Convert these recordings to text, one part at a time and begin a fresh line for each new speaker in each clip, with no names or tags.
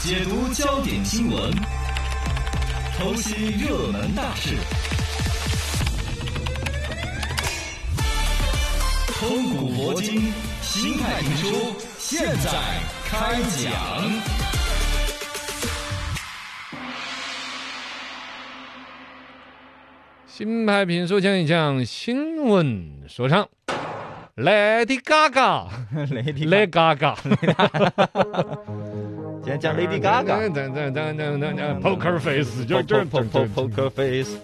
解读焦点新闻，剖析热门大事，通古博今，新派评书，现在开讲。
新派评书讲一讲新闻说唱，Lady Gaga，Lady
雷迪雷，
Gaga，
今天讲 Lady Gaga，
等等等等等等，Poker Face，就就
Po- po- po- Poker Face，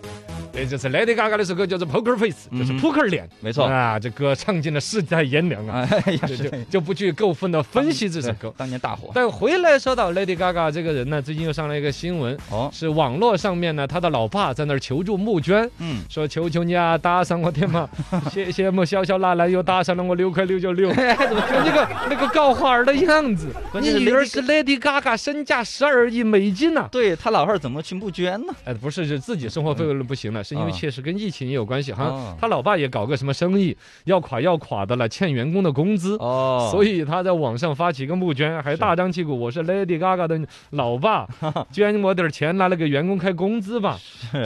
对，就是 Lady Gaga 那首歌叫做 Poker Face，就是
嗯哼
扑克脸，
没错
啊，这歌唱尽了世态炎凉啊，
哎呀，
就是就
的
就不去过分的分析这首
对
歌。
当年大火。
但回来说到 Lady Gaga 这个人呢，最近又上了一个新闻，
哦，
是网络上面呢，她的老爸在那儿求助募捐，
嗯，
说求求你啊，打赏我点嘛！ 谢谢么小小娜娜又打赏了我六块六角六，就那个那个搞花儿的样子。
关
你
键是
女儿
Lady
是 Lady Gaga，身价十二亿美金呐、
对他老汉儿怎么去募捐呢？
哎，不是，是自己生活费用不行了，是因为
啊
确实跟疫情也有关系。好像
哦
他老爸也搞个什么生意，要垮要垮的了，欠员工的工资。
哦
所
以
以他在网上发起一个募捐，还大张旗鼓，我是 Lady Gaga 的老 爸，捐我点儿钱，拿来给员工开工资吧。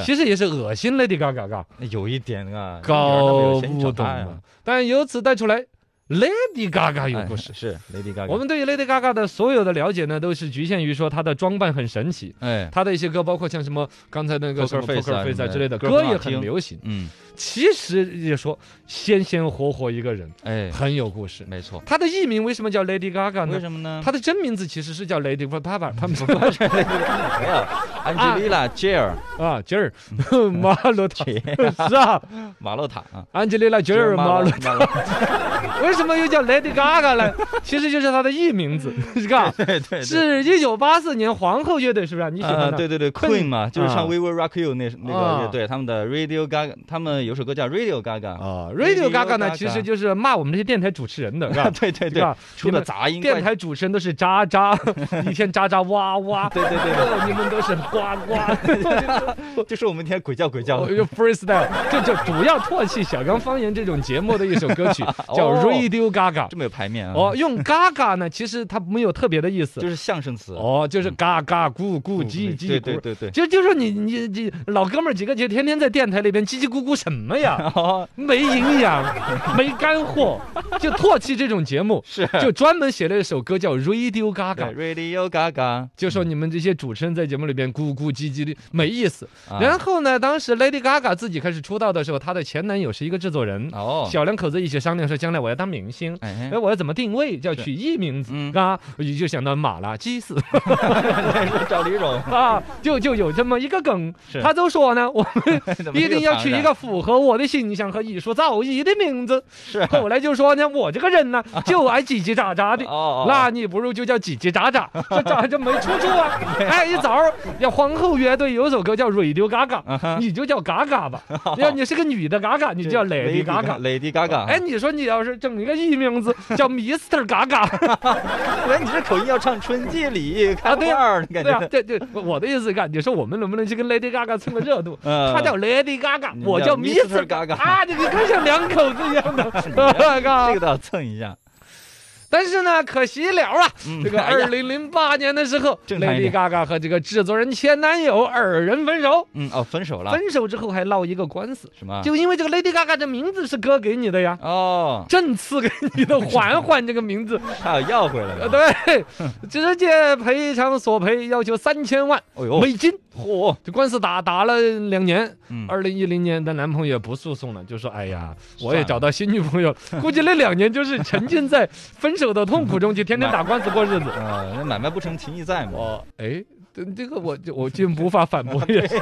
其实也是恶心 Lady Gaga 嘎。
有一点啊，
搞
女儿那么有钱你
不
长
懂
大呀
啊。但由此带出来，Lady Gaga 又
哎
不是。
是 Lady Gaga，
我们对于 Lady Gaga 的所有的了解呢，都是局限于说她的装扮很神奇，
哎，
她的一些歌，包括像什么刚才那个
Poker
什么
Face 啊
Poker Face
什么
啊
的
之类的
歌
歌
很好
也很
听
流行。
嗯，
其实也说鲜鲜活活一个人，
哎，
很有故事。
没错。
她的艺名为什么叫 Lady Gaga
为
呢？
什么呢？
她的真名字其实是叫 Lady Gaga，他们
没有 Angelina Jer
啊，吉儿
嗯
马洛塔
Jer
是啊，
马洛塔啊，
安吉丽娜吉尔马洛
塔，马洛塔
为什么又叫 Lady Gaga 呢？其实就是她的艺名 字，是吧？
对对对。
是一九八四年皇后乐队，是不是？你喜欢的？
呃，对对对，Queen 嘛，就是
啊
唱《We Will Rock You》那那
啊
个乐队，他们的 Radio Gaga，他们有首歌叫 Radio Gaga，
啊，Radio
Radio
Gaga 呢，
Gaga？
其实就是骂我们这些电台主持人的，是吧
对对
是
对，
吧
出的杂音，
电
怪
台主持人都是渣 渣，一天渣渣哇哇，
对对对
哦，你们都是呱 呱，
就是我们天鬼叫鬼叫
我，就 freestyle，这就主要唾弃小刚方言这种节目的一首歌 曲，叫
哦
Radio Gaga
这。么有排面啊！
哦，用 Gaga 呢，其实它没有特别的意思
就，是嗯相声词，
哦，就是嘎嘎咕咕叽叽
对对
咕
对对，
就就说你你你老哥们儿几个就天天在电台里边叽叽咕咕什么呀？
哦，
没营养，没干货，就唾弃这种节目，
是
就专门写了一首歌叫《Radio
对
Gaga》，
Radio Gaga，
就说你们这些主持人在节目里边咕咕唧唧的没意思。
啊
然后呢，当时 Lady Gaga 自己开始出道的时候，她的前男友是一个制作人，
哦，
小两口子一起商量说，将来我要当明星。
哎
哎，，我要怎么定位？叫
是
取艺名字
嗯
啊，我就想到马拉基 斯。
赵丽蓉，
啊，就就有这么一个梗，
是
他都说呢，我们
怎么
一定
又
要
藏
取
着
一个符合我的形象和艺术造诣的名字。
是
后来就说呢，我这个人 呢，就爱叽叽喳喳的
哦。哦，
那你不如就叫叽叽喳 喳，这这这没出处啊！哎，一早儿，要皇后乐队有首歌叫《Radio Gaga》，你
嗯
就叫嘎嘎 吧。要你是个女的嘎嘎，你就叫 Lady Gaga。
Lady Gaga，
哎，，你说你要是整一个艺名字叫 Mr. Gaga，
哎，你这口音要唱《春季里》
啊
开
对啊
花儿，感
对啊，
觉，
对对，我的意思是干，你说我们能不能去跟 Lady Gaga 蹭个热度？
嗯
他叫 Lady Gaga，
你
我
叫
Mr.
Mr. Gaga 啊
啊，这个更像两口子一样 的 嘎
这个。倒要蹭一下，
但是呢，可惜了啊，
嗯
这个
哎呀
二零零八年的时候
正常一
，Lady
点
Gaga 和这个制作人前男友二人分手，
嗯，哦，分手了，
分手之后还闹一个官司，
什么？
就因为这个 Lady Gaga 这名字是哥给你的呀。
哦，
朕赐给你 的嬛嬛这个名字，
他要要回来
呃，
了，
对，直接赔偿索赔要求三千万
哎呦，
美金，
嚯，
这官司打打了两年，
哦嗯，
二零一零年的男朋友也不诉讼了，就说：“哎呀，
算
我也找到新女朋友 了。”估计那两年就是沉浸在分手的痛苦中，就天天打官司过日子。
呃，那买卖不成情义在嘛，
哦，哎，这这个我就我就无法反驳， 也是，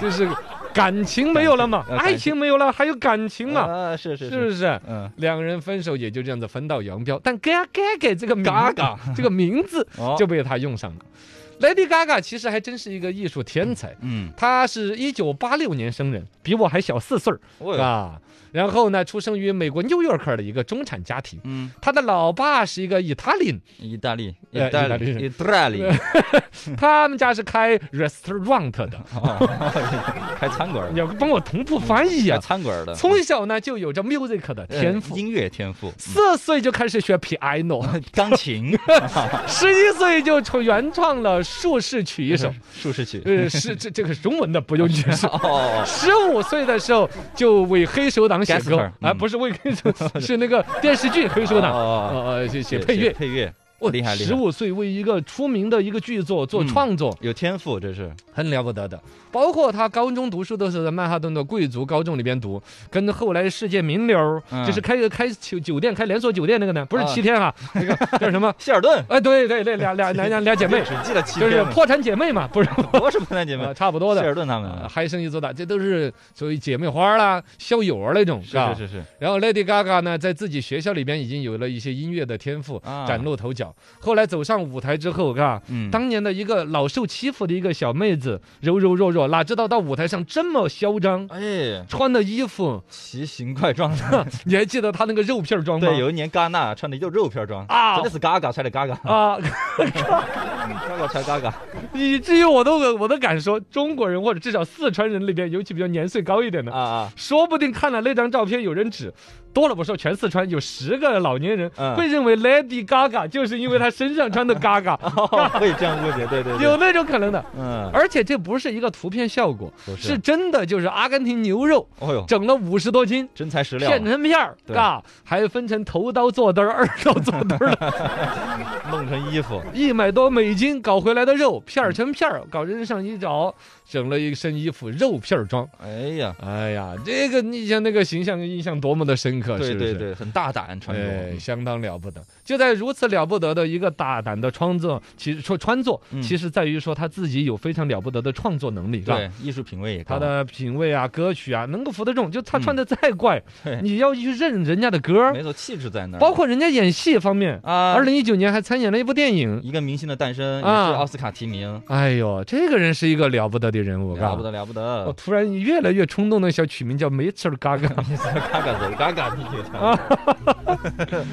就是感情没有了嘛，
呃感
爱情没有了，还有感情嘛，
啊，是是
是不，是？
嗯，
两人分手也就这样子分道扬镳，但 Gaga 这个名
Gaga
这个名字
哦，
就被他用上了。 Lady Gaga 其实还真是一个艺术天才，
嗯，
她是一九八六年生人，比我还小四岁儿
我有，
啊。然后呢，出生于美国纽约克的一个中产家庭。
嗯，
她的老爸是一个意大利人，
意大利，哎意
呃
大利，意大利，
他们家是开 restaurant 的。
哦开餐馆儿
你要帮我同步翻译
开
呀、
餐馆儿的，
从小呢就有着 music 的
呃
天赋，
音乐天赋，
四岁就开始学 piano，
钢 琴，
十一岁就创原创了术士曲一首，
舒适曲，
呃，是这这个是中文的不用解释。
哦，
十五岁的时候就为黑手党写歌
Gasper，
啊，
嗯
不是为黑手， 是那个电视剧《黑手党》
哦
呃写写配乐。
配乐，
我
厉害厉害
十五岁为一个出名的一个剧作做
嗯
创作，
有天赋，这是，
很了不得的。包括他高中读书都是在曼哈顿的贵族高中里边读，跟后来世界名流儿，
嗯
就是开开酒酒店、开连锁酒店那个呢，不是
啊
七天
？
啊，那个叫什么
希尔顿，
哎，对对对，俩俩俩俩俩姐妹，
只记得七
就是
天了，
破产姐妹嘛，不是，
我什么男姐妹
呃，差不多
希
的。
尔顿他
呃
们，
嗨生意做大，这都是所谓姐妹花啦、校友啊那种，
是
吧
是是是，
然后 Lady Gaga 呢，在自己学校里边已经有了一些音乐的天赋，
啊
崭露头角。后来走上舞台之后，嘎、
嗯，
当年的一个老受欺负的一个小妹子，柔柔弱弱，哪知道到舞台上这么嚣张，
哎，
穿的衣服，
奇形怪状的，
你还记得她那个肉片装吗？
对，有一年戛纳穿的就肉片装
啊
真的是嘎嘎，穿的嘎嘎，
啊，
嘎嘎穿嘎嘎，
以至于我都我都敢说，中国人或者至少四川人里边，尤其比较年岁高一点的。
啊啊，
说不定看了那张照片，有人指多了不说，全四川有十个老年人
嗯
会认为 Lady Gaga 就是因为她身上穿的 Gaga，
哦会这样误解，对对
有
对，
那种可能的。
嗯，
而且这不是一个图片效果，
不是
是真的，就是阿根廷牛肉
哦呦，
整了五十多斤，
真材实料，
片成片儿，
对
嘎，还分成头刀坐墩儿、二刀坐墩 儿的，
弄成衣服，
一百多美金搞回来的肉，
嗯
片儿成片儿，搞扔上一找，整了一身衣服肉片儿装。
哎呀，
哎呀，这个你像那个形象印象多么的深刻，
对
是不
对
是？
对，很大胆穿
哎，
着，
相当了不得。就在如此了不得的一个大胆的创作，其实说穿作，
嗯
其实在于说他自己有非常了不得的创作能力，是吧？
对，艺术品味也高，
他的品味啊、歌曲啊，能够服得众。就他
嗯
穿的再怪，
对
你要去认人家的歌儿，
没错，气质在那儿，
包括人家演戏方面。
啊，
二零一九年还参演了一部电影。
一个明星的诞生也
啊
是奥斯卡提名，
哎呦，这个人是一个了不得的人物，
了
嘎。
不得了不
我
得，
突然越来越冲动 的想取名叫梅切尔·嘎嘎。
嘎嘎走嘎嘎，你觉得？